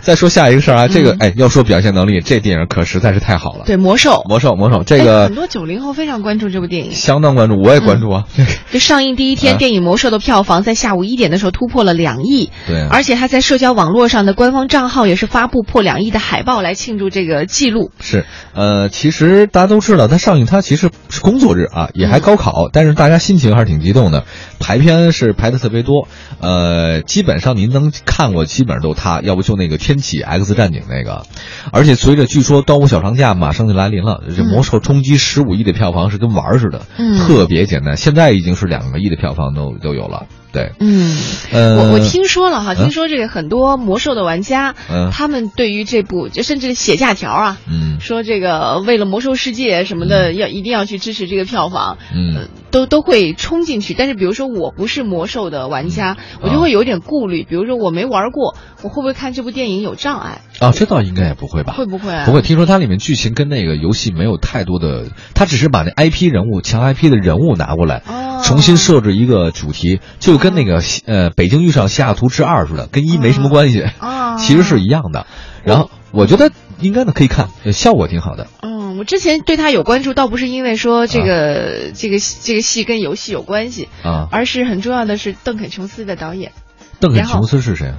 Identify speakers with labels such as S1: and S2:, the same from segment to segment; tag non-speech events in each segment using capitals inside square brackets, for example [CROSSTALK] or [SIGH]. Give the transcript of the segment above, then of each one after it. S1: 再说下一个事儿啊，这个、哎，要说表现能力，这电影可实在是太好了。
S2: 嗯对，魔兽，
S1: 魔兽，魔兽，这
S2: 哎
S1: 个
S2: 很多九零后非常关注这部电影。
S1: 相当关注，我也关注啊。
S2: 就上映第一天，
S1: 啊
S2: 电影《魔兽》的票房在下午一点的时候突破了两亿，
S1: [LAUGHS] 对啊
S2: 而且它在社交网络上的官方账号也是发布破两亿的海报来庆祝这个记录。
S1: 是，呃，其实大家都知道，它上映它其实是工作日啊，也
S2: 嗯
S1: 还高考，但是大家心情还是挺激动的。排片是排的特别多，呃，基本上您能看过，基本上都它，要不就那个《天启 X 战警》那个。而且随着据说端午小长假马上就来临了，这《魔兽》冲击十五亿的票房是跟玩儿似的，
S2: 嗯
S1: 特别简单。现在已经是两个亿的票房都都有了，对，
S2: 嗯，
S1: 呃，
S2: 我我听说了哈，
S1: 嗯
S2: 听说这个很多魔兽的玩家，
S1: 嗯
S2: 他们对于这部就甚至写假条啊，
S1: 嗯
S2: 说这个为了魔兽世界什么的，要一定要去支持这个票房，
S1: 嗯
S2: 呃，都都会冲进去。但是比如说我不是魔兽的玩家，
S1: 嗯
S2: 我就会有点顾虑，比如说我没玩过，我会不会看这部电影有障碍？
S1: 啊，这倒应该也不会吧？
S2: 会不会啊
S1: 不会，听说它里面剧情跟那个游戏没有太多的，它只是把那 IP 人物、强 IP 的人物拿过来，
S2: 哦
S1: 重新设置一个主题，就跟那个西呃《北京遇上西雅图之二》似的，跟一没什么关系，
S2: 啊
S1: 其实是一样的。然后我觉得应该呢可以看，呃效果挺好的。
S2: 嗯，我之前对他有关注，倒不是因为说这个、这个这个戏跟游戏有关系，
S1: 啊
S2: 而是很重要的是邓肯·琼斯的导演，
S1: 邓肯·
S2: 然后
S1: 琼斯是谁啊？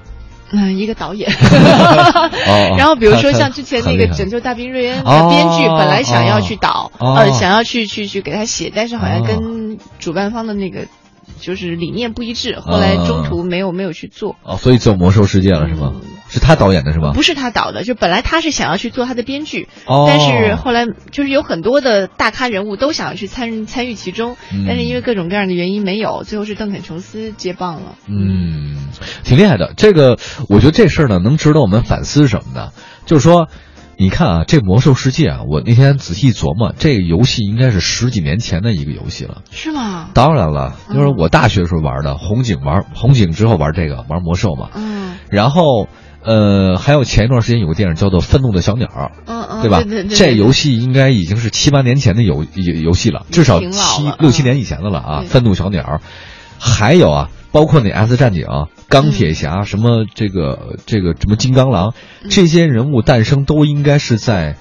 S2: 嗯，一个
S1: [LAUGHS]
S2: 导演。
S1: 哦
S2: 然后比如说
S1: 他
S2: 像之前那
S1: 很
S2: 个
S1: 厉害
S2: 《拯救大兵瑞恩》
S1: 哦
S2: 的编剧，本来想要去导，
S1: 哦
S2: 呃，想要去去去给他写，但是好像
S1: 哦
S2: 跟主办方的那个就是理念不一致，后来中途没有没有去做。
S1: 哦，所以做《魔兽世界》了是吗？是他导演的是吗？
S2: 嗯不是他导的，就本来他是想要去做他的编剧，
S1: 哦
S2: 但是后来就是有很多的大咖人物都想要去参参与其中，
S1: 嗯
S2: 但是因为各种各样的原因没有，最后是邓肯·琼斯接棒了。
S1: 嗯，挺厉害的。这个，我觉得这事儿呢，能值得我们反思什么呢？就是说，你看啊，这《魔兽世界》啊，我那天仔细琢磨，这个游戏应该是十几年前的一个游戏了。
S2: 是吗？
S1: 当然了，就是我大学时候玩的红警玩，红警之后玩这个玩魔兽嘛。
S2: 嗯
S1: 然后，呃，还有前一段时间有个电影叫做《愤怒的小鸟》，
S2: 嗯嗯，
S1: 对吧？
S2: 对对
S1: 这游戏应该已经是七八年前的游游游戏了，至少
S2: 挺老
S1: 七
S2: 了嗯
S1: 六七年以前的了啊！
S2: 对
S1: 愤怒小鸟，还有啊，包括那 S 战警、钢铁
S2: 嗯
S1: 侠，什么这个这个什么金刚狼，这些人物诞生都应该是在。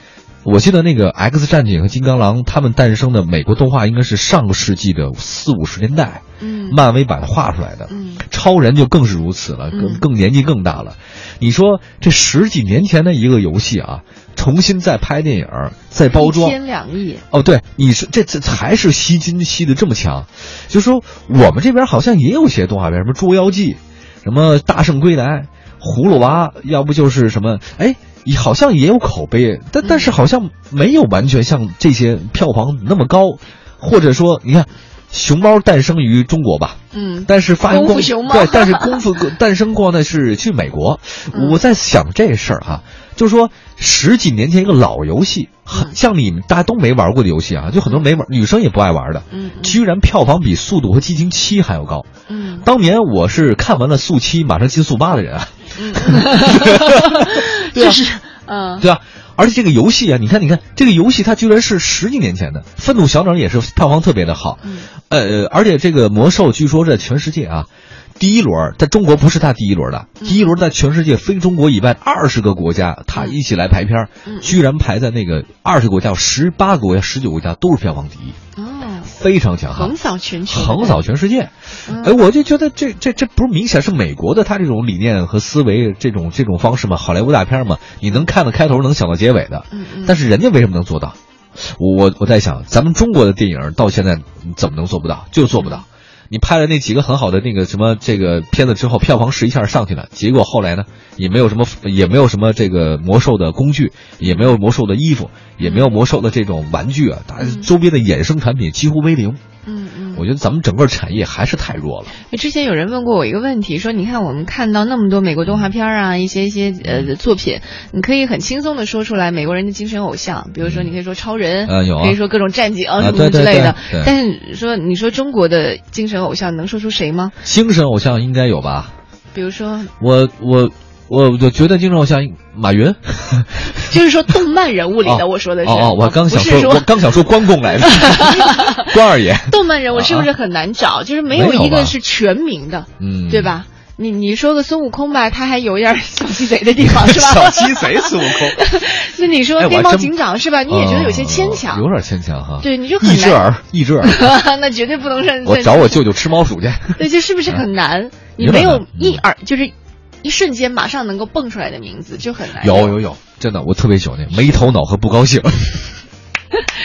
S1: 我记得那个 X 战警和金刚狼，他们诞生的美国动画应该是上个世纪的四五十年代，
S2: 嗯
S1: 漫威把它画出来的。
S2: 嗯
S1: 超人就更是如此了，更
S2: 嗯
S1: 更年纪更大了。你说这十几年前的一个游戏啊，重新再拍电影，再包
S2: 一
S1: 装。
S2: 天两亿，
S1: 哦，对，你是这这还是吸金吸的这么强，就说我们这边好像也有些动画片，什么《捉妖记》，什么《大圣归来》，《葫芦娃》，要不就是什么，哎，也好像也有口碑，但但是好像没有完全像这些票房那么高，或者说，你看，熊猫诞生于中国吧，
S2: 嗯，
S1: 但是发扬
S2: 功夫
S1: 光
S2: 熊猫
S1: 对，
S2: [LAUGHS]
S1: 但是功夫诞生过呢是去美国。
S2: 嗯
S1: 我在想这事儿哈，就说十几年前一个老游戏，很
S2: 嗯
S1: 像你们大家都没玩过的游戏啊，就很多没玩，女生也不爱玩的，
S2: 嗯嗯
S1: 居然票房比《速度和激情七》还要高。 [LAUGHS]
S2: 嗯
S1: 当年我是看完了《速七》，马上进《速八》的人
S2: [LAUGHS]
S1: 啊，
S2: 嗯，嗯
S1: 对啊
S2: 就是嗯
S1: 对吧？啊而且这个游戏啊，你看，你看这个游戏，它居然是十几年前的，《愤怒小鸟》也是票房特别的好，
S2: 嗯
S1: 呃，而且这个魔兽据说在全世界啊，第一轮在中国不是它第一轮的，第一轮在全世界非中国以外二十个国家，它一起来排片儿，
S2: 嗯
S1: 居然排在那个二十国家、十八个国家、十九国家都是票房第一，
S2: 哦，
S1: 非常强悍
S2: 横。扫全球，
S1: 横扫全世界，
S2: 嗯
S1: 哎，我就觉得这这这不是明显是美国的他这种理念和思维这种这种方式吗？好莱坞大片嘛，你能看到开头，能想到结尾的，
S2: 嗯嗯
S1: 但是人家为什么能做到？我我我在想，咱们中国的电影到现在怎么能做不到？就是做不到。你拍了那几个很好的那个什么这个片子之后，票房是一下上去了，结果后来呢，也没有什么也没有什么这个魔兽的工具，也没有魔兽的衣服，也没有魔兽的这种玩具啊，它
S2: 嗯
S1: 周边的衍生产品几乎为零。
S2: 嗯嗯，哎
S1: 我觉得咱们整个产业还是太弱了。
S2: 之前有人问过我一个问题，说你看我们看到那么多美国动画片儿啊，一些一些呃
S1: 嗯
S2: 作品，你可以很轻松的说出来美国人的精神偶像，比如说你可以说超人，
S1: 嗯呃有啊
S2: 可以说各种战警
S1: 啊
S2: 什
S1: 对
S2: 么
S1: 对
S2: 之类的
S1: 对对，
S2: 但是说你说中国的精神偶像能说出谁吗？
S1: 精神偶像应该有吧？
S2: 比如说，
S1: 我我我我觉得精神偶像马云。
S2: 就是说动漫人物里的，
S1: 哦
S2: 我说的是，啊
S1: 哦哦，我刚想
S2: 不是
S1: 我刚想说关公
S2: [LAUGHS]
S1: 来着，关二爷，
S2: 动漫人物是不是很难找？就是没有
S1: 啊没有
S2: 一
S1: 吧
S2: 个是全名的，
S1: 嗯，
S2: 对？吧？你你说个孙悟空吧，他还有一点小鸡贼的
S1: [LAUGHS]
S2: 地方是
S1: [LAUGHS]
S2: 吧？
S1: 小
S2: [LAUGHS]
S1: 鸡贼孙悟空，
S2: 就你说
S1: 哎我还
S2: 黑猫
S1: 真
S2: 警长是吧？你也觉得有些牵强
S1: 呃，有点牵强哈。
S2: 对，你就很
S1: 一只
S2: 难。
S1: 耳，一只耳，
S2: [LAUGHS] 那绝对不哎能认。
S1: 我找我舅舅吃猫鼠去。 [LAUGHS]
S2: 对，这是不是很难？你
S1: 有
S2: 没
S1: 点
S2: 有
S1: 难嗯
S2: 一耳，就是一瞬间马上能够蹦出来的名字就很难。
S1: 有，有有，真的，我特别喜欢那个没头脑和不高
S2: [LAUGHS]
S1: 兴，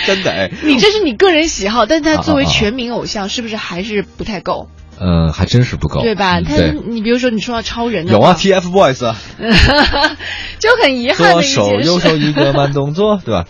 S1: 真的哎，
S2: 你这是你个人喜好，但他作为
S1: 啊啊啊
S2: 全民偶像，是不是还是不太够，
S1: 嗯，还真是不高，
S2: 对吧？
S1: 嗯
S2: 他
S1: 对，
S2: 你比如说你说到超人的
S1: 有啊
S2: 话， [LAUGHS]
S1: ，TFBOYS，啊
S2: 就很遗憾的
S1: 左
S2: 一件
S1: 手
S2: 事。
S1: 右手一个慢动作，对吧？